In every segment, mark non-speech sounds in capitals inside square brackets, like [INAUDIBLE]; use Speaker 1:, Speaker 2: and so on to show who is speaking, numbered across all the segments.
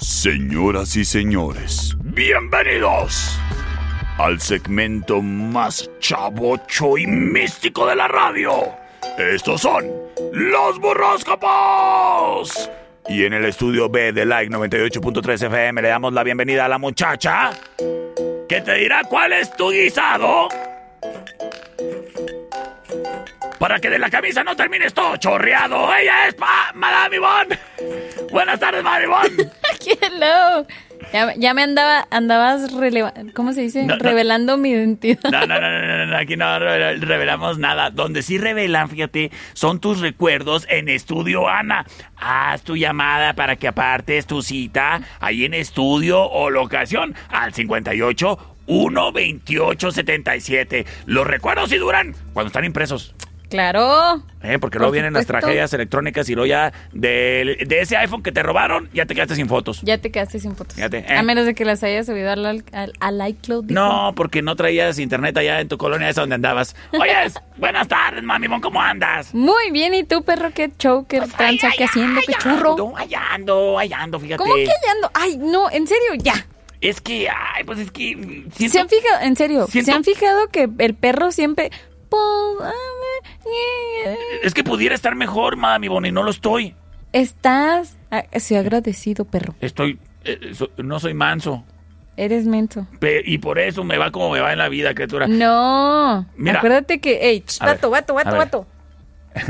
Speaker 1: Señoras y señores, bienvenidos al segmento más chavocho y místico de la radio. Estos son los burroscopos. Y en el estudio B de Like 98.3 FM le damos la bienvenida a la muchacha que te dirá cuál es tu guisado. Para que de la camisa no termines todo chorreado. Ella es pa Madame Ivonne. Buenas tardes, Madame Ivonne.
Speaker 2: Hello. Ya, ya me andaba, andabas releva- ¿cómo se dice?
Speaker 1: No, no.
Speaker 2: Revelando mi identidad.
Speaker 1: No, no, no, no, no, no, aquí no re- revelamos nada. Donde sí revelan, fíjate, son tus recuerdos en estudio, Ana. Haz tu llamada para que apartes tu cita ahí en estudio o locación al 58 128 77. Los recuerdos sí duran cuando están impresos.
Speaker 2: Claro.
Speaker 1: ¿eh? Porque luego
Speaker 2: Por
Speaker 1: vienen las
Speaker 2: supuesto.
Speaker 1: tragedias electrónicas y luego ya del- de, ese iPhone que te robaron, ya te quedaste sin fotos.
Speaker 2: Ya te quedaste sin fotos.
Speaker 1: Ya te- eh.
Speaker 2: A menos de que las hayas subido al, al, al iCloud. dijo.
Speaker 1: No, porque no traías internet allá en tu colonia esa donde andabas. Oyes, [LAUGHS] buenas tardes, mami, Bon, ¿cómo andas?
Speaker 2: Muy bien, ¿y tú, perro? ¿Qué show? ¿Qué tranza? ¿Qué haciendo? ¿Qué churro?
Speaker 1: No, ahí ando, ahí ando, fíjate.
Speaker 2: ¿Cómo que allá ando? Ay, no, en serio, ya.
Speaker 1: Es que, ay, pues es que. mm, siento-
Speaker 2: ¿Se han fijado? En serio,
Speaker 1: siento-
Speaker 2: ¿se han fijado que el perro siempre... po- ah, me- ñe-
Speaker 1: Es que pudiera estar mejor, mami, Bonnie, no lo estoy.
Speaker 2: Estás... ah, Soy agradecido, perro.
Speaker 1: Estoy. eh, so- no soy manso.
Speaker 2: Eres mento.
Speaker 1: Pe- y por eso me va como me va en la vida, criatura.
Speaker 2: Mm. No.
Speaker 1: Mira.
Speaker 2: Acuérdate que, ey, ch,
Speaker 1: A ver,
Speaker 2: vato, vato,
Speaker 1: a
Speaker 2: vato,
Speaker 1: ver.
Speaker 2: vato.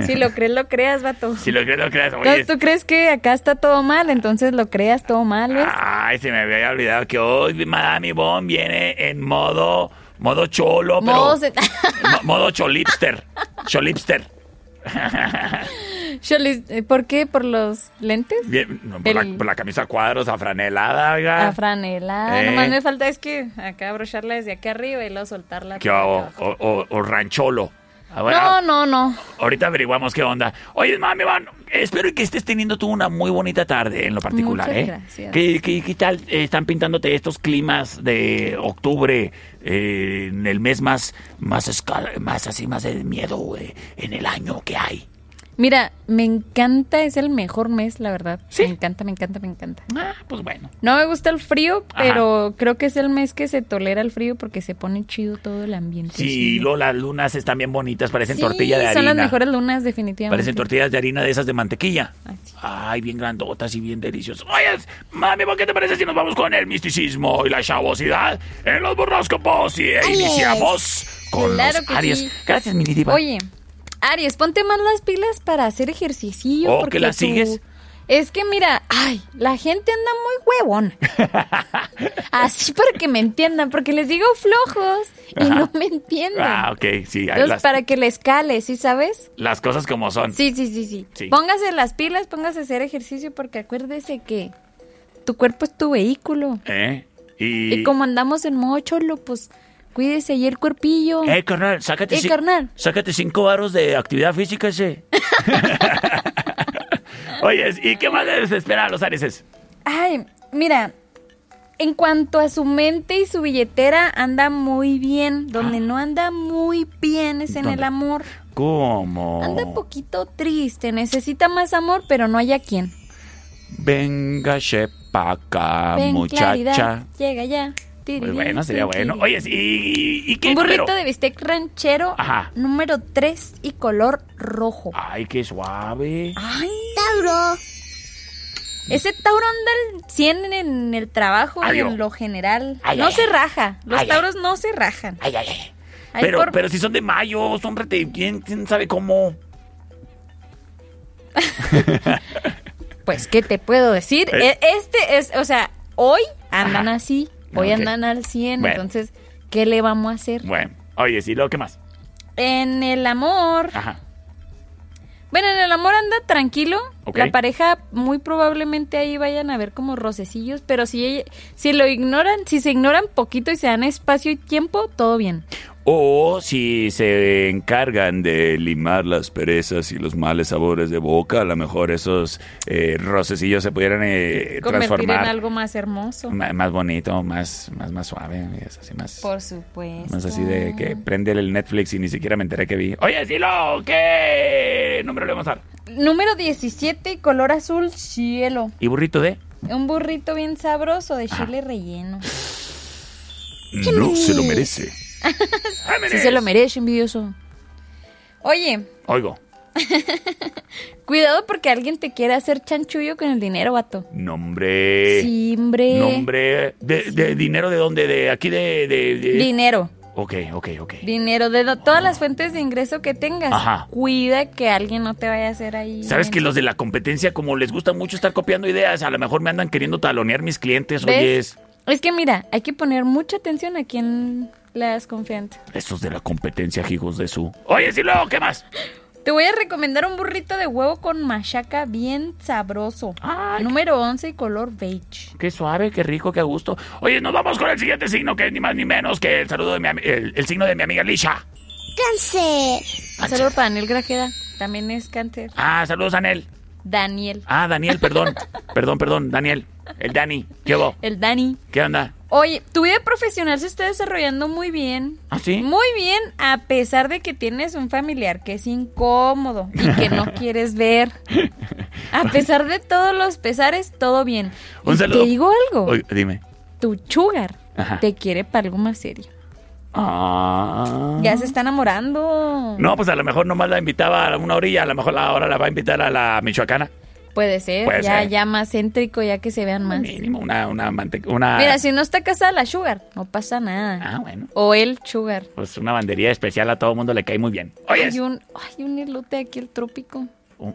Speaker 2: Si lo crees, lo creas, vato.
Speaker 1: Si lo crees, no creas. Oye,
Speaker 2: Entonces tú crees que acá está todo mal, entonces lo creas todo mal, ¿ves?
Speaker 1: Ay, se me había olvidado que hoy Madame Bon viene en modo. Modo cholo, pero.
Speaker 2: Modo se-
Speaker 1: [LAUGHS] Mo- modo cholipster. Cholipster.
Speaker 2: Yo les- eh, ¿Por qué? ¿Por los lentes?
Speaker 1: Bien, no, por,
Speaker 2: El-
Speaker 1: la, por la camisa a cuadros, afranelada, oiga.
Speaker 2: La franela.
Speaker 1: Eh.
Speaker 2: Nomás me falta es que acá abrocharla desde aquí arriba y luego soltarla.
Speaker 1: ¿Qué
Speaker 2: por
Speaker 1: hago?
Speaker 2: acá abajo.
Speaker 1: O, o- o rancholo. Ah, bueno,
Speaker 2: No, no, no.
Speaker 1: Ahorita averiguamos qué onda. Oye, mami, van. Espero que estés teniendo tú una muy bonita tarde en lo particular,
Speaker 2: Muchas
Speaker 1: ¿eh?
Speaker 2: gracias.
Speaker 1: ¿Qué, qué, qué tal eh, están pintándote estos climas de octubre eh, en el mes más, más, escal- más así, más de miedo güey, en el año que hay?
Speaker 2: Mira, me encanta, es el mejor mes, la verdad.
Speaker 1: Sí.
Speaker 2: Me encanta, me encanta, me encanta.
Speaker 1: Ah, pues bueno.
Speaker 2: No me gusta el frío,
Speaker 1: Ajá.
Speaker 2: pero creo que es el mes que se tolera el frío porque se pone chido todo el ambiente.
Speaker 1: Sí, luego las lunas están bien bonitas, parecen
Speaker 2: Sí,
Speaker 1: tortilla de harina.
Speaker 2: Son las mejores lunas, definitivamente.
Speaker 1: Parecen tortillas de harina de esas de mantequilla.
Speaker 2: Así.
Speaker 1: Ay, bien grandotas y bien deliciosas. Oye, mami, ¿por ¿qué te parece si nos vamos con el misticismo y la chavosidad en los borroscopos? Y e
Speaker 2: Aries.
Speaker 1: iniciamos con
Speaker 2: Claro
Speaker 1: los
Speaker 2: que
Speaker 1: Aries.
Speaker 2: sí.
Speaker 1: Gracias, mi diva.
Speaker 2: Oye, Aries, ponte más las pilas para hacer ejercicio.
Speaker 1: Oh,
Speaker 2: porque
Speaker 1: ¿que la
Speaker 2: tú-
Speaker 1: sigues?
Speaker 2: Es que mira, ay, la gente anda
Speaker 1: [LAUGHS]
Speaker 2: muy huevón. Así para que me entiendan, porque les digo flojos y
Speaker 1: Ajá.
Speaker 2: no me entienden.
Speaker 1: [LAUGHS] Ah, ok, sí. ahí
Speaker 2: Entonces,
Speaker 1: Las,
Speaker 2: para que les cale, ¿sí sabes?
Speaker 1: las cosas como son.
Speaker 2: Sí, sí, sí, sí,
Speaker 1: Sí.
Speaker 2: Póngase las pilas, póngase a hacer ejercicio, porque acuérdese que tu cuerpo es tu vehículo.
Speaker 1: ¿Eh? Y,
Speaker 2: Y como andamos en modo cholo, pues cuídese ahí el cuerpillo.
Speaker 1: Eh, carnal, sácate,
Speaker 2: Eh,
Speaker 1: cin-
Speaker 2: carnal.
Speaker 1: sácate cinco varos de actividad física
Speaker 2: [LAUGHS]
Speaker 1: ese. [LAUGHS] Oye, ¿y qué más debes esperar a los Aries?
Speaker 2: Ay, mira, en cuanto a su mente y su billetera, anda muy bien. Donde no anda muy bien es en el
Speaker 1: Ah. ¿Dónde? Oh.
Speaker 2: amor.
Speaker 1: ¿Cómo?
Speaker 2: Anda un poquito triste, necesita más amor, pero no hay a quién.
Speaker 1: Venga, pa' acá,
Speaker 2: Ven,
Speaker 1: muchacha.
Speaker 2: claridad, llega ya.
Speaker 1: Pues
Speaker 2: Tirirín,
Speaker 1: bueno, sería
Speaker 2: tin,
Speaker 1: bueno.
Speaker 2: tirirín.
Speaker 1: Oye, ¿y, y qué
Speaker 2: Un burrito
Speaker 1: número?
Speaker 2: de bistec ranchero,
Speaker 1: Ajá. Ah.
Speaker 2: número 3 y color rojo.
Speaker 1: Ay, qué suave.
Speaker 2: ¡Ay! ¡Tauro! Ese Tauro anda al 100 en el trabajo
Speaker 1: Ay,
Speaker 2: y
Speaker 1: yo.
Speaker 2: en lo general.
Speaker 1: Ay,
Speaker 2: no
Speaker 1: ay,
Speaker 2: se
Speaker 1: ay.
Speaker 2: raja. Los
Speaker 1: Ay, ay.
Speaker 2: Tauros no se rajan.
Speaker 1: Ay, ay, ay.
Speaker 2: Ay,
Speaker 1: Pero,
Speaker 2: por-
Speaker 1: pero si son de mayo, sombrete, ¿quién, quién sabe cómo?
Speaker 2: Pues, ¿qué te puedo decir?
Speaker 1: Eh.
Speaker 2: E- Este es, o sea, hoy andan
Speaker 1: Ajá.
Speaker 2: así. Hoy
Speaker 1: Ok.
Speaker 2: andan al 100.
Speaker 1: Bueno.
Speaker 2: Entonces, ¿qué le vamos a hacer?
Speaker 1: Bueno, Oye, sí, luego, ¿qué más?
Speaker 2: En el amor.
Speaker 1: Ajá.
Speaker 2: Bueno, en el amor anda tranquilo.
Speaker 1: Ok.
Speaker 2: La pareja muy probablemente ahí vayan a ver como rocecillos, pero si, ella- si lo ignoran, si se ignoran poquito y se dan espacio y tiempo, todo bien.
Speaker 3: O si se encargan de limar las perezas y los males sabores de boca, a lo mejor esos eh, rocecillos se pudieran eh,
Speaker 2: Convertir en
Speaker 3: transformar
Speaker 2: algo más hermoso.
Speaker 1: Ma- más bonito, más, más, más suave, es así más.
Speaker 2: Por supuesto.
Speaker 1: Más así de
Speaker 2: Este,
Speaker 1: que prende el Netflix y ni siquiera me enteré que vi. Oye, Silo, ¿qué número le vamos a dar?
Speaker 2: Número 17, color azul cielo.
Speaker 1: ¿Y burrito de?
Speaker 2: Un burrito bien sabroso de chile relleno.
Speaker 3: No se
Speaker 2: [LAUGHS]
Speaker 3: lo merece.
Speaker 2: Si se lo merece, envidioso. Oye,
Speaker 1: Oigo.
Speaker 2: cuidado porque alguien te quiere hacer chanchullo con el dinero, vato.
Speaker 3: Nombre.
Speaker 2: Sí, hombre.
Speaker 1: Eh, Nombre. De, de dinero de dónde? De aquí de. de, de-
Speaker 2: Dinero.
Speaker 1: Ok, ok, ok.
Speaker 2: Dinero, de do- todas las fuentes de ingreso que tengas,
Speaker 1: Ajá.
Speaker 2: cuida que alguien no te vaya a hacer ahí.
Speaker 1: Sabes que los de la competencia, como les gusta mucho estar copiando ideas, a lo mejor me andan queriendo talonear mis clientes.
Speaker 2: ¿Ves?
Speaker 1: Oye, es-
Speaker 2: Es que mira, hay que poner mucha atención a quien le das confianza.
Speaker 1: estos de la competencia, hijos de su. Oye, Silo, ¿qué más?
Speaker 2: Te voy a recomendar un burrito de huevo con machaca bien sabroso.
Speaker 1: Ay,
Speaker 2: Número 11 y color beige.
Speaker 1: Qué suave, qué rico, qué a gusto. Oye, nos vamos con el siguiente signo, que es ni más ni menos que el saludo de mi ami- el, el signo de mi amiga Lisha.
Speaker 4: cáncer,
Speaker 2: Un saludo para Daniel Grajeda. También es cáncer.
Speaker 1: Ah, saludos, Anel.
Speaker 2: Daniel.
Speaker 1: Ah, Daniel, perdón.
Speaker 2: [LAUGHS]
Speaker 1: perdón, perdón, Daniel. El Dani. ¿Qué hubo?
Speaker 2: El Dani.
Speaker 1: ¿Qué onda?
Speaker 2: Oye, tu vida profesional se está desarrollando muy bien.
Speaker 1: ¿Ah, sí? [LAUGHS]
Speaker 2: Muy bien, a pesar de que tienes un familiar que es incómodo y que
Speaker 1: [LAUGHS]
Speaker 2: no quieres ver. A pesar de todos los pesares, todo bien.
Speaker 1: Un
Speaker 2: Y
Speaker 1: saludo.
Speaker 2: Te digo algo,
Speaker 1: Oye, dime.
Speaker 2: tu sugar
Speaker 1: Ajá.
Speaker 2: te quiere para algo más serio.
Speaker 1: Ah.
Speaker 2: Ya se está enamorando.
Speaker 1: No, pues a lo mejor nomás la invitaba a una orilla, a lo mejor ahora la va a invitar a la michoacana.
Speaker 2: Puede ser,
Speaker 1: Puede
Speaker 2: ya,
Speaker 1: ser.
Speaker 2: ya más céntrico, ya que se vean más.
Speaker 1: Mínimo, una, una mante- una.
Speaker 2: Mira, si no está casada la sugar, no pasa nada.
Speaker 1: Ah, bueno.
Speaker 2: O el sugar.
Speaker 1: Pues una bandería especial a todo mundo le cae muy bien. Oye,
Speaker 2: Hay un, hay un elote aquí, el trópico.
Speaker 1: Oh.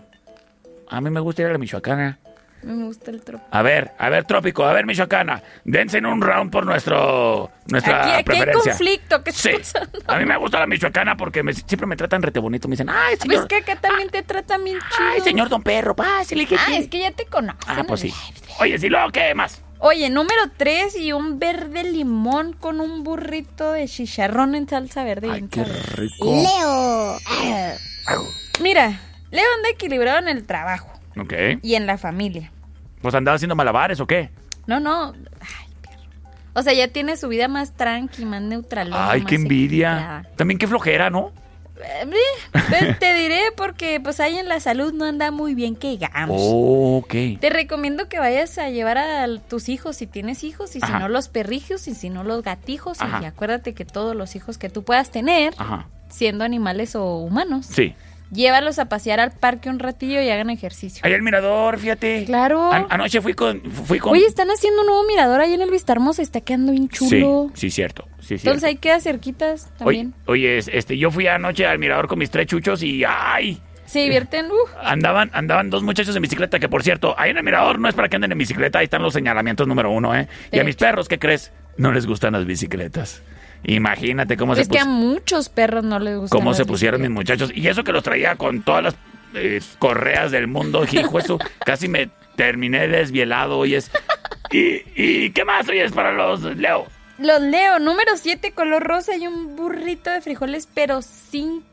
Speaker 1: a mí me gusta ir a la michoacana.
Speaker 2: Me gusta el trópico.
Speaker 1: A ver, a ver, Trópico, a ver, Michoacana. Dense en un round por nuestro, nuestra
Speaker 2: Aquí, aquí hay
Speaker 1: preferencia.
Speaker 2: conflicto, ¿qué está
Speaker 1: Sí,
Speaker 2: pasando?
Speaker 1: a mí me gusta la Michoacana porque me- siempre me tratan rete bonito. Me dicen, ay,
Speaker 2: Pues
Speaker 1: señor.
Speaker 2: que acá también te tratan bien chido.
Speaker 1: Ay, señor Don Perro, pásele. que
Speaker 2: Ah,
Speaker 1: que-
Speaker 2: es que ya te conocen.
Speaker 1: Ah, pues sí.
Speaker 2: amiga.
Speaker 1: Oye, si luego, ¿qué más?
Speaker 2: Oye, número 3 y un verde limón con un burrito de chicharrón en salsa verde. bien sabroso.
Speaker 1: rico.
Speaker 4: Leo,
Speaker 2: Mira, Leo anda equilibrado en el trabajo
Speaker 1: Ok.
Speaker 2: y en la familia.
Speaker 1: ¿Pues andaba haciendo malabares o qué?
Speaker 2: No, no. Ay, perro. O sea, ya tiene su vida más tranqui, más neutral.
Speaker 1: Ay, qué envidia. También qué flojera, ¿no?
Speaker 2: Pues te diré porque pues ahí en la salud no anda muy bien que digamos.
Speaker 1: Oh, ok.
Speaker 2: Te recomiendo que vayas a llevar a tus hijos si tienes hijos y si
Speaker 1: Ajá.
Speaker 2: no los perrijos y si no los gatijos
Speaker 1: Ajá.
Speaker 2: y acuérdate que todos los hijos que tú puedas tener,
Speaker 1: Ajá.
Speaker 2: siendo animales o humanos,
Speaker 1: Sí.
Speaker 2: llévalos a pasear al parque un ratillo y hagan ejercicio.
Speaker 1: Ahí el mirador, fíjate.
Speaker 2: Claro.
Speaker 1: An- anoche fui con. Fui con...
Speaker 2: Oye, están haciendo un nuevo mirador ahí en el Vistahermosa, está quedando bien chulo.
Speaker 1: Sí, sí, cierto. Sí, cierto.
Speaker 2: Entonces ahí queda cerquitas también.
Speaker 1: Oye, oye, es- este, yo fui anoche al mirador con mis tres chuchos y ¡ay!
Speaker 2: Se divierten, uh,
Speaker 1: Andaban, andaban dos muchachos en bicicleta, que por cierto, ahí en el mirador no es para que anden en bicicleta, ahí están los señalamientos número uno, ¿eh? Y a mis perros, ¿qué crees? No les gustan las bicicletas. Imagínate cómo
Speaker 2: es
Speaker 1: se,
Speaker 2: que a
Speaker 1: pus-
Speaker 2: muchos perros no les gusta.
Speaker 1: cómo se pusieron mis muchachos. Y eso que los traía con todas las eh, correas del mundo,
Speaker 2: [LAUGHS]
Speaker 1: hijo eso, casi me terminé desvielado, oyes. ¿Y, y qué más, oyes, para los Leo?
Speaker 2: Los leo, número 7, color rosa y un burrito de frijoles, pero sin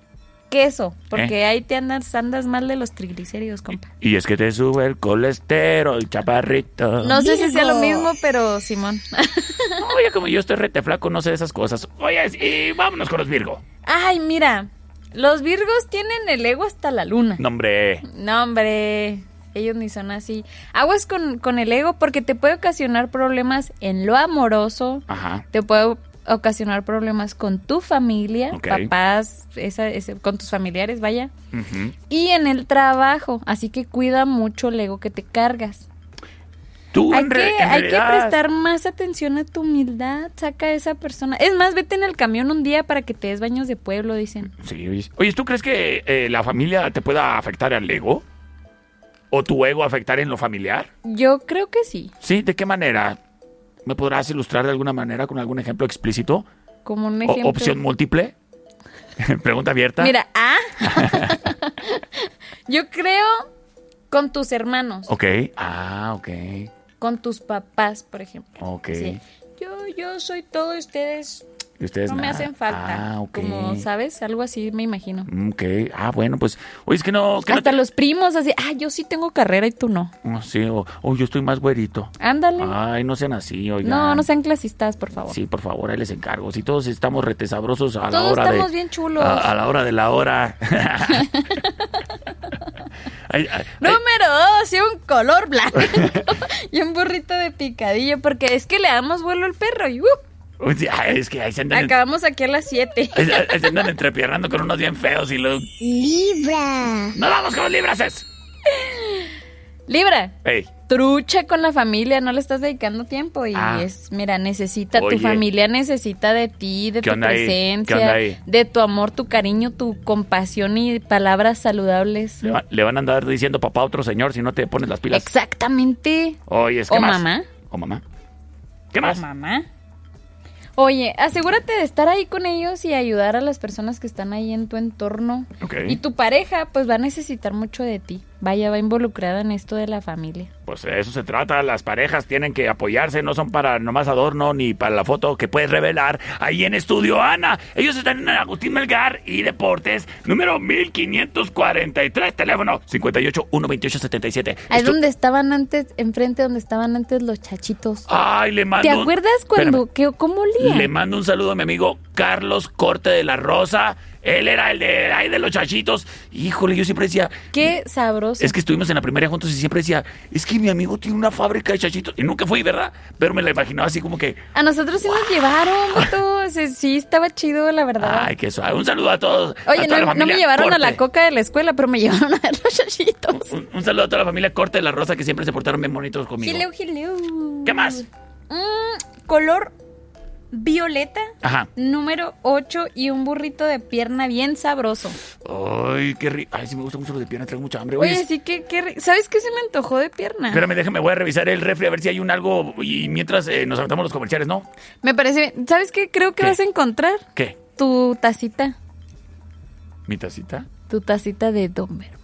Speaker 2: queso. Porque ahí te andas, andas mal de los triglicéridos, compa.
Speaker 1: Y es que te sube el colesterol, chaparrito.
Speaker 2: No sé si sea
Speaker 4: Virgo.
Speaker 2: lo mismo, pero Simón. [LAUGHS]
Speaker 1: Oye, como yo estoy rete flaco, no sé de esas cosas. Oye, y vámonos con los Virgo.
Speaker 2: Ay, mira, los virgos tienen el ego hasta la luna. No,
Speaker 1: Nombre.
Speaker 2: hombre, ellos ni son así. Aguas con, con el ego porque te puede ocasionar problemas en lo amoroso,
Speaker 1: Ajá.
Speaker 2: te puede ocasionar problemas con tu familia,
Speaker 1: Ok.
Speaker 2: papás, esa- ese- con tus familiares, vaya.
Speaker 1: ujú.
Speaker 2: y en el trabajo. Así que cuida mucho el ego que te cargas.
Speaker 1: Tú
Speaker 2: Hay
Speaker 1: en, re-
Speaker 2: que,
Speaker 1: en
Speaker 2: hay que
Speaker 1: realidad-
Speaker 2: prestar más atención a tu humildad. Saca a esa persona. Es más, vete en el camión un día para que te des baños de pueblo, dicen.
Speaker 1: Sí, oye. Oye, ¿tú crees que eh, la familia te pueda afectar al ego? ¿O tu ego afectar en lo familiar?
Speaker 2: Yo creo que sí.
Speaker 1: Sí, ¿de qué manera? ¿Me podrás ilustrar de alguna manera con algún ejemplo explícito?
Speaker 2: Como un
Speaker 1: O-
Speaker 2: ejemplo.
Speaker 1: ¿Opción múltiple? [LAUGHS] Pregunta abierta.
Speaker 2: Mira,
Speaker 1: [LAUGHS]
Speaker 2: ah. Yo creo con tus hermanos,
Speaker 1: Ok. Ah, ok.
Speaker 2: con tus papás, por ejemplo.
Speaker 1: Ok.
Speaker 2: Sí. Yo, yo soy todo, ustedes
Speaker 1: Y ustedes
Speaker 2: no me
Speaker 1: nada.
Speaker 2: hacen falta.
Speaker 1: Ah, ok.
Speaker 2: Como, ¿sabes? Algo así me imagino.
Speaker 1: Mm, Ok. Ah, bueno, pues. Oye, es que no. es que no
Speaker 2: Hasta
Speaker 1: te-
Speaker 2: los primos, así, ah, yo sí tengo carrera y tú no.
Speaker 1: Oh, sí, o oh, yo estoy más güerito.
Speaker 2: Ándale.
Speaker 1: Ay, no sean así, oigan.
Speaker 2: no, no sean clasistas, por favor.
Speaker 1: Ah, Sí, por favor, ahí les encargo. Si todos estamos retesabrosos a la
Speaker 2: Todos
Speaker 1: hora de...
Speaker 2: estamos bien chulos.
Speaker 1: A, a la hora de la hora.
Speaker 2: [LAUGHS]
Speaker 1: [LAUGHS] Ay, ay, ay,
Speaker 2: Número dos, y un color blanco [LAUGHS] y un burrito de picadillo, porque es que le damos vuelo al perro y ¡uh!
Speaker 1: uy, sí, ay, es que ahí se andan... en-
Speaker 2: acabamos aquí a las 7.
Speaker 1: ahí- ahí se andan entrepiernando con unos bien feos y luego...
Speaker 4: Libra.
Speaker 1: ¡No vamos con los librases!
Speaker 2: Libra,
Speaker 1: Ey,
Speaker 2: trucha con la familia, no le estás dedicando tiempo y
Speaker 1: Ah.
Speaker 2: es, mira, necesita,
Speaker 1: Oye.
Speaker 2: tu familia necesita de ti, de
Speaker 1: ¿Qué
Speaker 2: tu
Speaker 1: onda ahí? ¿Qué
Speaker 2: presencia,
Speaker 1: onda ahí?
Speaker 2: de tu amor, tu cariño, tu compasión y palabras saludables.
Speaker 1: le, va- le van a andar diciendo papá a otro señor si no te pones las pilas.
Speaker 2: Exactamente.
Speaker 1: Oye, es
Speaker 2: O
Speaker 1: que más.
Speaker 2: mamá.
Speaker 1: O mamá. ¿Qué más?
Speaker 2: mamá. Oye, asegúrate de estar ahí con ellos y ayudar a las personas que están ahí en tu entorno.
Speaker 1: Ok.
Speaker 2: Y tu pareja, pues va a necesitar mucho de ti. Vaya, va involucrada en esto de la familia.
Speaker 1: Pues de eso se trata, las parejas tienen que apoyarse, no son para nomás adorno ni para la foto que puedes revelar ahí en estudio Ana. Ellos están en Agustín Melgar y Deportes, número 1543, teléfono 58 128 77.
Speaker 2: Ahí es
Speaker 1: Estu-
Speaker 2: donde estaban antes, enfrente donde estaban antes los chachitos.
Speaker 1: Ay, le mando
Speaker 2: ¿Te
Speaker 1: un-
Speaker 2: acuerdas cuando, que, cómo olía?
Speaker 1: Espérame. ah, Le mando un saludo a mi amigo Carlos Corte de la Rosa. Él era el de ahí de los chachitos. Híjole, yo siempre decía,
Speaker 2: Qué sabroso.
Speaker 1: Es que estuvimos en la primaria juntos y siempre decía, es que mi amigo tiene una fábrica de chachitos. Y nunca fui, ¿verdad? Pero me la imaginaba así como que,
Speaker 2: A nosotros sí
Speaker 1: [LAUGHS]
Speaker 2: nos llevaron, vato. Sí, sí, estaba chido, la verdad.
Speaker 1: ay, qué suave. Un saludo a todos. a
Speaker 2: Oye,
Speaker 1: toda la
Speaker 2: no, no me
Speaker 1: familia
Speaker 2: llevaron a
Speaker 1: Corte.
Speaker 2: la coca de la escuela, pero me [LAUGHS] llevaron a ver los chachitos.
Speaker 1: Un, un saludo a toda la familia Corte de la Rosa que siempre se portaron bien bonitos conmigo.
Speaker 2: Gileu, gileu.
Speaker 1: ¿Qué más?
Speaker 2: Mm, color violeta.
Speaker 1: Ajá.
Speaker 2: Número 8 y un burrito de pierna bien sabroso.
Speaker 1: Ay, qué rico. Ay, sí me gusta mucho lo de pierna, traigo mucha hambre. Oye,
Speaker 2: Oye, sí que, que ri- ¿sabes qué se me antojó de pierna?
Speaker 1: espérame, déjame, voy a revisar el refri a ver si hay un algo y mientras eh, nos saltamos los comerciales, ¿no?
Speaker 2: Me parece, bien. ¿sabes qué? Creo que
Speaker 1: ¿Qué?
Speaker 2: vas a encontrar
Speaker 1: ¿Qué?
Speaker 2: tu tacita,
Speaker 1: ¿Mi tacita?
Speaker 2: tu tacita de Doberman.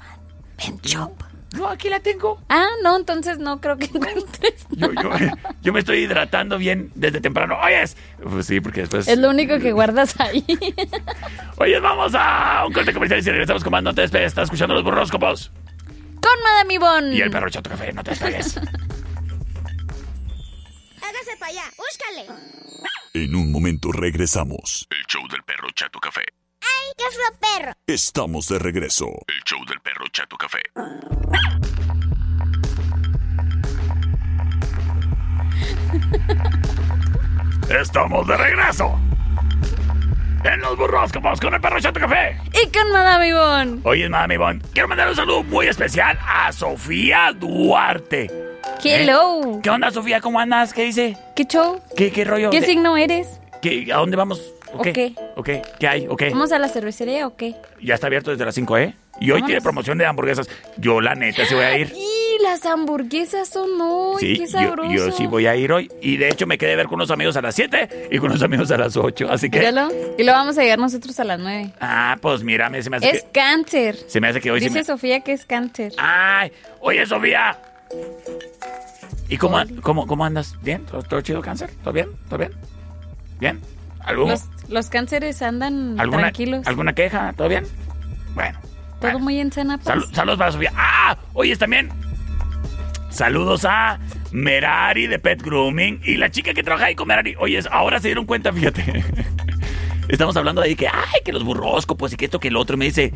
Speaker 2: Ben Chop.
Speaker 1: No, aquí la tengo.
Speaker 2: Ah, no, entonces no creo que encuentres.
Speaker 1: Yo, yo, [LAUGHS] yo me estoy hidratando bien desde temprano. Oyes. Pues sí, porque después.
Speaker 2: Es lo único que guardas ahí. [LAUGHS]
Speaker 1: Oye, vamos a un corte comercial y si regresamos con más, no te despegues. Estás escuchando los burroscopos.
Speaker 2: Con Madame Ivonne.
Speaker 1: Y el perro chato café, no te despegues.
Speaker 4: Hágase para allá, búscale.
Speaker 5: En un momento regresamos.
Speaker 3: [LAUGHS] El show del perro Chato Café.
Speaker 4: ¿Qué es lo perro?
Speaker 5: Estamos de regreso.
Speaker 3: El show del perro Chato Café.
Speaker 1: Estamos de regreso. En los burroscopos con el perro chato café.
Speaker 2: Y con Madame Ivonne.
Speaker 1: Oye, mami Bon, quiero mandar un saludo muy especial a Sofía Duarte. ¿Eh?
Speaker 2: Hello.
Speaker 1: ¿Qué onda, Sofía? ¿Cómo andas? ¿Qué dice?
Speaker 2: ¿Qué show?
Speaker 1: ¿Qué, qué rollo?
Speaker 2: ¿Qué
Speaker 1: ¿De-
Speaker 2: signo eres?
Speaker 1: qué- ¿A dónde vamos? ¿O qué? ¿O qué? ¿Qué hay? ¿O qué?
Speaker 2: ¿Vamos a la cervecería o qué?
Speaker 1: Ya está abierto desde las 5, ¿eh? Y hoy
Speaker 2: Vámonos.
Speaker 1: tiene promoción de hamburguesas. Yo, la neta, sí voy a
Speaker 2: [GASPS]
Speaker 1: ir.
Speaker 2: Y las hamburguesas son hoy,
Speaker 1: Sí,
Speaker 2: qué
Speaker 1: yo,
Speaker 2: sabroso.
Speaker 1: yo sí voy a ir hoy. Y de hecho me quedé a ver con unos amigos a las 7 y con unos amigos a las 8. Así que...
Speaker 2: Míralo. Y lo vamos a llegar nosotros a las nueve.
Speaker 1: Ah, pues mira, me- se me hace
Speaker 2: Es
Speaker 1: que...
Speaker 2: cáncer.
Speaker 1: Se me hace que hoy sí
Speaker 2: Dice
Speaker 1: me- Ah,
Speaker 2: Sofía que es cáncer.
Speaker 1: ¡Ay! Oye, Sofía. ¿Y cómo, cómo, cómo andas? ¿Bien? ¿Todo, todo chido, cáncer? ¿Todo bien? ¿Todo bien? ¿Bien? ¿Algún,
Speaker 2: Los, los cánceres andan
Speaker 1: alguna,
Speaker 2: tranquilos.
Speaker 1: ¿Alguna queja? ¿Todo bien? Bueno.
Speaker 2: Todo
Speaker 1: bueno.
Speaker 2: muy en sana paz.
Speaker 1: Salu- saludos para Sofía. ¡Ah! Oyes también. Saludos a Merari de Pet Grooming y la chica que trabaja ahí con Merari. Oyes, ahora se dieron cuenta, fíjate. [LAUGHS] Estamos hablando ahí que, ay, que los burroscopos y que esto que el otro. Y me dice,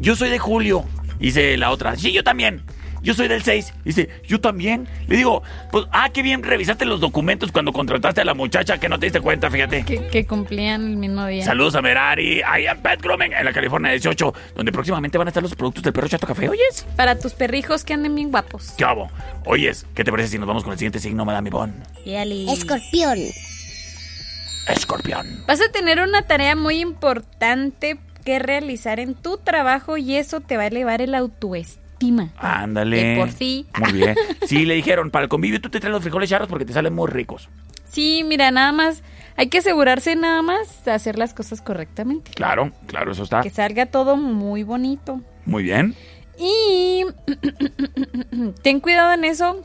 Speaker 1: yo soy de julio. Dice la otra, sí, yo también. Yo soy del 6. Dice, yo también. Le digo, pues, ah, qué bien, revisaste los documentos cuando contrataste a la muchacha que no te diste cuenta, fíjate.
Speaker 2: Que, que cumplían el mismo día.
Speaker 1: Saludos a Merari, ahí en Pet Grooming, en la California 18, donde próximamente van a estar los productos del perro Chato Café, ¿oyes?
Speaker 2: Para tus perrijos que anden bien guapos.
Speaker 1: ¿Qué hago? Oyes, ¿qué te parece si nos vamos con el siguiente signo, Madame Bon?
Speaker 4: Escorpión.
Speaker 1: Escorpión.
Speaker 2: Vas a tener una tarea muy importante que realizar en tu trabajo y eso te va a elevar el autoestima.
Speaker 1: Ándale.
Speaker 2: De por sí.
Speaker 1: Muy bien. Sí, le dijeron, para el convivio tú te traes los frijoles charros porque te salen muy ricos.
Speaker 2: Sí, mira, nada más Hay que asegurarse nada más de hacer las cosas correctamente.
Speaker 1: Claro, claro, eso está.
Speaker 2: Que salga todo muy bonito.
Speaker 1: Muy bien.
Speaker 2: Y [CLEARS THROAT] ten cuidado en eso.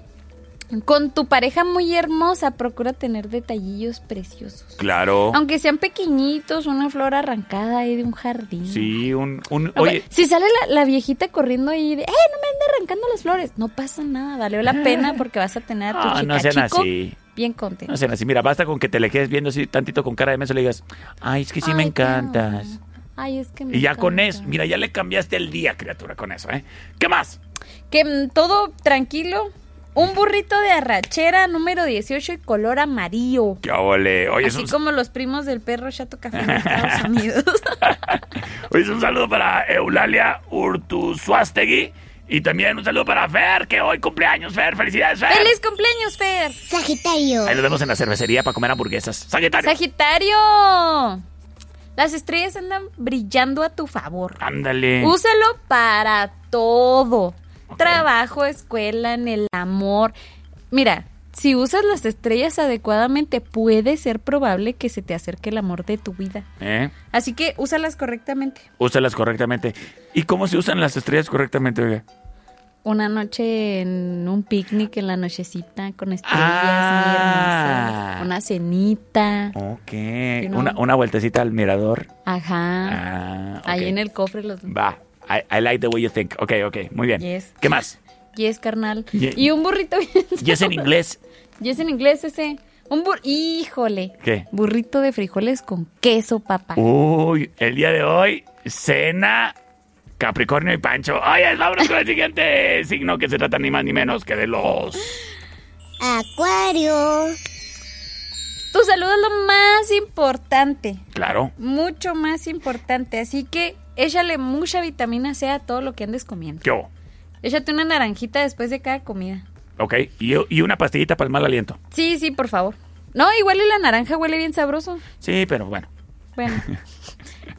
Speaker 2: Con tu pareja muy hermosa, procura tener detallillos preciosos.
Speaker 1: Claro.
Speaker 2: Aunque sean pequeñitos, una flor arrancada ahí de un jardín.
Speaker 1: Sí, un. un
Speaker 2: Ok,
Speaker 1: oye,
Speaker 2: Si sale la, la viejita corriendo ahí de, ¡eh, no me ande arrancando las flores! No pasa nada, valió la pena porque vas a tener a tu
Speaker 1: Ah,
Speaker 2: chica
Speaker 1: no sean
Speaker 2: chico
Speaker 1: así.
Speaker 2: bien
Speaker 1: no
Speaker 2: contento.
Speaker 1: hacen así. Mira, basta con que te le quedes viendo así tantito con cara de menso y le digas, ay, es que sí me
Speaker 2: Ay, te amo.
Speaker 1: encantas.
Speaker 2: Ay, es que me
Speaker 1: Y ya con
Speaker 2: encanta.
Speaker 1: eso, mira, ya le cambiaste el día, criatura, con eso, ¿eh? ¿Qué más?
Speaker 2: Que mm, todo tranquilo. Un burrito de arrachera número 18 y color amarillo.
Speaker 1: ¡Qué ole! Oye, es
Speaker 2: así
Speaker 1: un,
Speaker 2: como los primos del perro chato café
Speaker 1: [LAUGHS]
Speaker 2: de Estados Unidos.
Speaker 1: oye, es un saludo para Eulalia Urtuzuastegui y también un saludo para Fer, que hoy cumpleaños, Fer. ¡Felicidades, Fer!
Speaker 2: ¡Feliz cumpleaños, Fer!
Speaker 4: Sagitario.
Speaker 1: Ahí nos vemos en la cervecería para comer hamburguesas. Sagitario.
Speaker 2: ¡Sagitario! Las estrellas andan brillando a tu favor.
Speaker 1: Ándale.
Speaker 2: Úsalo para todo.
Speaker 1: Ok.
Speaker 2: Trabajo, escuela, en el amor. Mira, si usas las estrellas adecuadamente, puede ser probable que se te acerque el amor de tu vida.
Speaker 1: ¿Eh?
Speaker 2: Así que úsalas correctamente.
Speaker 1: Úsalas correctamente. ¿Y cómo se usan las estrellas correctamente, oiga?
Speaker 2: Una noche en un picnic en la nochecita con estrellas
Speaker 1: Ah. Oh.
Speaker 2: muy hermosas. Una cenita.
Speaker 1: Ok.
Speaker 2: no.
Speaker 1: Una, una vueltecita al mirador.
Speaker 2: Ajá.
Speaker 1: Ah, ok.
Speaker 2: Ahí en el cofre los
Speaker 1: Va. I, I like the way you think. Ok, ok. Muy bien.
Speaker 2: Yes.
Speaker 1: ¿Qué
Speaker 2: [LAUGHS]
Speaker 1: más?
Speaker 2: Yes, carnal.
Speaker 1: Ye-
Speaker 2: Y un burrito bien.
Speaker 1: Y es en inglés.
Speaker 2: Yes en inglés ese. Un bur... Híjole.
Speaker 1: ¿Qué? Uh.
Speaker 2: Burrito de frijoles con queso, papá.
Speaker 1: Uy, el día de hoy, cena Capricornio y Pancho. Oye, vámonos con el siguiente signo que se trata ni más ni menos que de los.
Speaker 4: Acuario.
Speaker 2: Tu salud es lo más importante.
Speaker 1: Claro.
Speaker 2: Mucho más importante. Así que échale mucha vitamina C a todo lo que andes comiendo.
Speaker 1: Yo.
Speaker 2: Échate una naranjita después de cada comida.
Speaker 1: Ok. Y, y una pastillita para el mal aliento.
Speaker 2: Sí, sí, por favor. No, igual y la naranja huele bien sabroso.
Speaker 1: Sí, pero bueno.
Speaker 2: Bueno.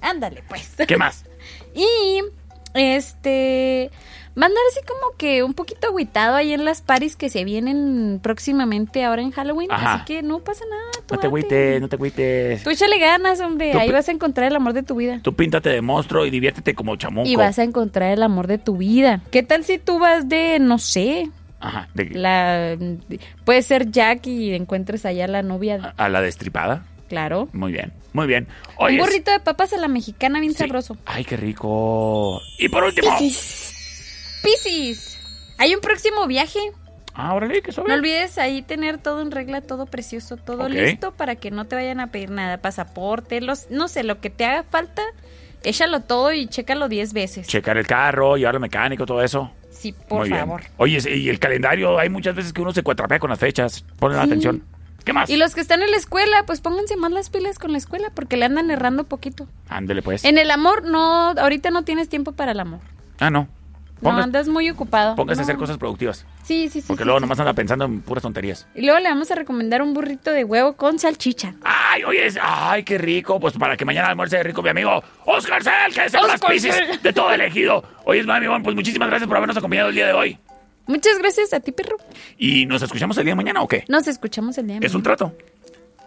Speaker 2: Ándale, pues.
Speaker 1: ¿Qué más?
Speaker 2: [LAUGHS] Y este va a andar así como que un poquito agüitado ahí en las paris que se vienen próximamente ahora en Halloween.
Speaker 1: Ajá.
Speaker 2: Así que no pasa nada. tú
Speaker 1: No te
Speaker 2: date.
Speaker 1: agüites, no te agüites.
Speaker 2: Tú échale ganas, hombre.
Speaker 1: Tú
Speaker 2: ahí
Speaker 1: pe-
Speaker 2: vas a encontrar el amor de tu vida.
Speaker 1: Tú píntate de monstruo y diviértete como chamuco.
Speaker 2: Y vas a encontrar el amor de tu vida. ¿Qué tal si tú vas de, no sé,
Speaker 1: Ajá. de-
Speaker 2: la... Puede ser Jack y encuentres allá la novia, de-
Speaker 1: a, a la destripada.
Speaker 2: claro.
Speaker 1: Muy bien, muy bien.
Speaker 2: Un
Speaker 1: Oye.
Speaker 2: burrito de papas a la mexicana bien
Speaker 1: sí.
Speaker 2: sabroso.
Speaker 1: Ay, qué rico. Y por último.
Speaker 4: Piscis.
Speaker 2: Piscis, hay un próximo viaje.
Speaker 1: Ah, órale, qué sobre.
Speaker 2: No olvides ahí tener todo en regla, todo precioso, todo
Speaker 1: Ok.
Speaker 2: listo para que no te vayan a pedir nada, pasaporte, los, no sé, lo que te haga falta, échalo todo y chécalo 10 veces.
Speaker 1: Checar el carro, llevarlo al mecánico, todo eso.
Speaker 2: sí, por
Speaker 1: Muy bien.
Speaker 2: favor.
Speaker 1: Oye, y el calendario, hay muchas veces que uno se cuatrapea con las fechas. Ponle atención. ¿Qué más?
Speaker 2: Y los que están en la escuela, pues pónganse más las pilas con la escuela porque le andan errando poquito.
Speaker 1: Ándele, pues.
Speaker 2: En el amor, no, ahorita no tienes tiempo para el amor.
Speaker 1: Ah, no.
Speaker 2: no,
Speaker 1: Pongas-
Speaker 2: andas muy ocupado.
Speaker 1: Póngase a hacer
Speaker 2: No.
Speaker 1: cosas productivas.
Speaker 2: Sí, sí, sí.
Speaker 1: Porque
Speaker 2: sí,
Speaker 1: luego
Speaker 2: sí.
Speaker 1: nomás anda pensando en puras tonterías.
Speaker 2: Y luego le vamos a recomendar un burrito de huevo con salchicha.
Speaker 1: Ay, oye, es- ay, qué rico. Pues para que mañana almuerce rico mi amigo Oscar Sel, que es el más
Speaker 2: Oscar
Speaker 1: piscis
Speaker 2: Sel.
Speaker 1: de todo el ejido. Oye, es mami, pues muchísimas gracias por habernos acompañado el día de hoy.
Speaker 2: Muchas gracias a ti, perro.
Speaker 1: ¿Y nos escuchamos el día de mañana o qué?
Speaker 2: Nos escuchamos el día de
Speaker 1: Es un
Speaker 2: mañana.
Speaker 1: trato.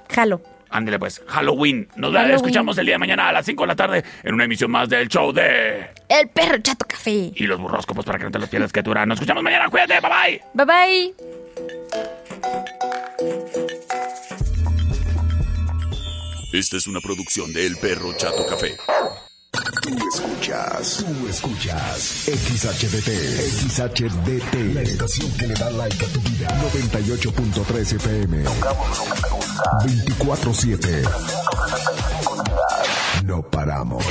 Speaker 2: Jalo.
Speaker 1: Ándele pues, Halloween. Nos la
Speaker 2: Halloween.
Speaker 1: escuchamos el día de mañana a las 5 de la tarde en una emisión más del show de...
Speaker 2: El perro chato café.
Speaker 1: Y los burroscopos para que no te los pierdas, criatura. Nos escuchamos mañana, cuídate, bye bye.
Speaker 2: Bye bye.
Speaker 3: Esta es una producción de El Perro Chato Café.
Speaker 6: Tú escuchas, tú escuchas XHDT, XHDT, la estación que le da like a tu vida. 98.3 FM. 24-7. No paramos.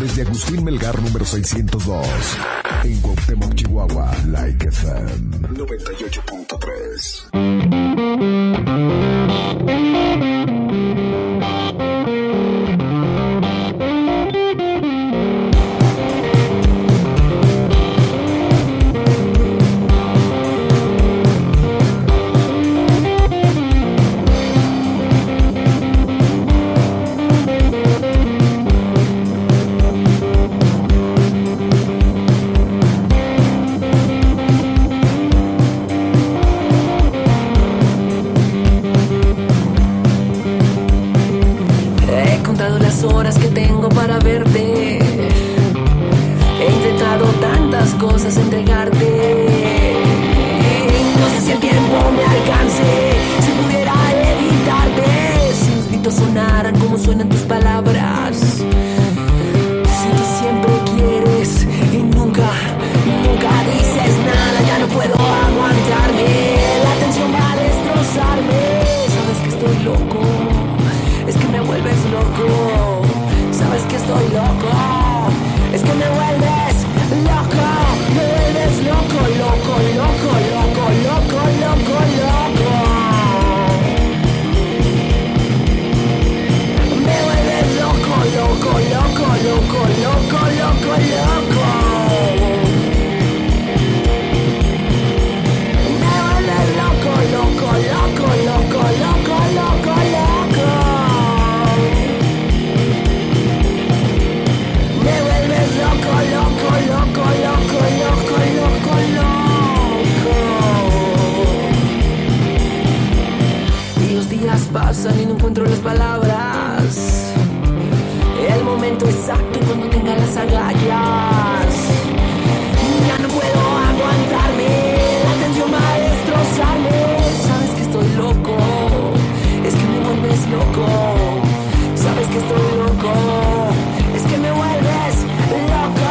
Speaker 6: Desde Agustín Melgar número 602. En Cuauhtémoc, Chihuahua. Like FM. 98.3.
Speaker 7: Thank horas que tengo para verte. He intentado tantas cosas entregarte. No sé si el tiempo me alcance, si pudiera evitarte. Si mis gritos sonaran como suenan tus palabras. Si tú siempre quieres y nunca, nunca dices nada, ya no puedo aguantarme. La tensión va a destrozarme. Sabes que estoy loco, es que me vuelves loco. Sabes que estoy loco, es que me vuelves loco. Me vuelves loco, loco, loco, loco, loco, loco, loco. Me vuelves loco, loco, loco, loco, loco, loco, loco. Me vuelves loco, loco, loco, loco, loco, loco, loco. Me vuelves loco, loco, loco, loco, loco, loco, loco. Y los días pasan y no encuentro las palabras. El momento exacto cuando tenga las agallas. Ya no puedo aguantarme, la tensión va a destrozarme. Sabes que estoy loco, es que me vuelves loco. Sabes que estoy loco, es que me vuelves loco.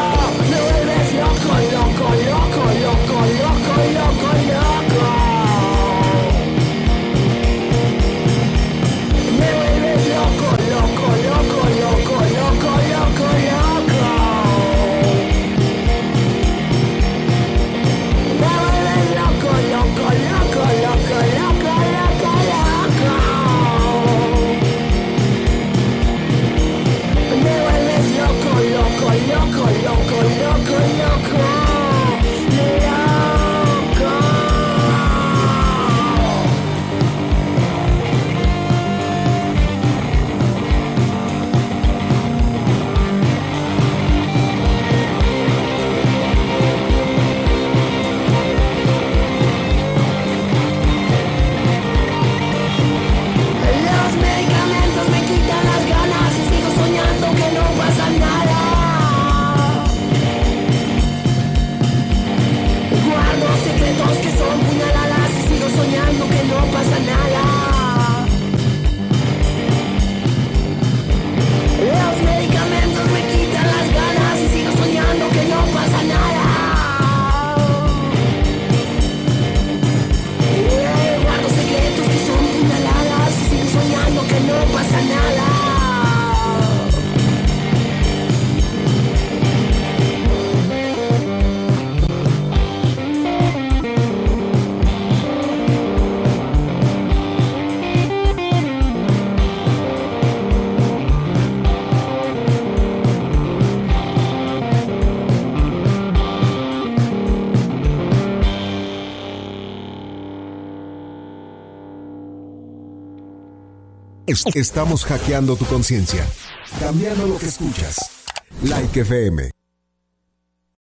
Speaker 7: Me vuelves loco, loco, loco, loco, loco, loco, loco. Me vuelves loco, loco, loco, loco, loco, loco, loco. Me vuelves loco, loco, loco, loco, loco, loco, loco. Me vuelves loco, loco, loco, loco, loco, loco. Loco. Los medicamentos me quitan las ganas y sigo soñando que no pasa nada. Guardo secretos que son puñaladas y sigo soñando que no pasa nada. Los medicamentos me quitan las ganas y sigo soñando que no pasa nada. Eh, Guardo secretos que son puñaladas y sigo soñando que no pasa nada.
Speaker 6: Es- Estamos hackeando tu conciencia, cambiando lo que escuchas. Like FM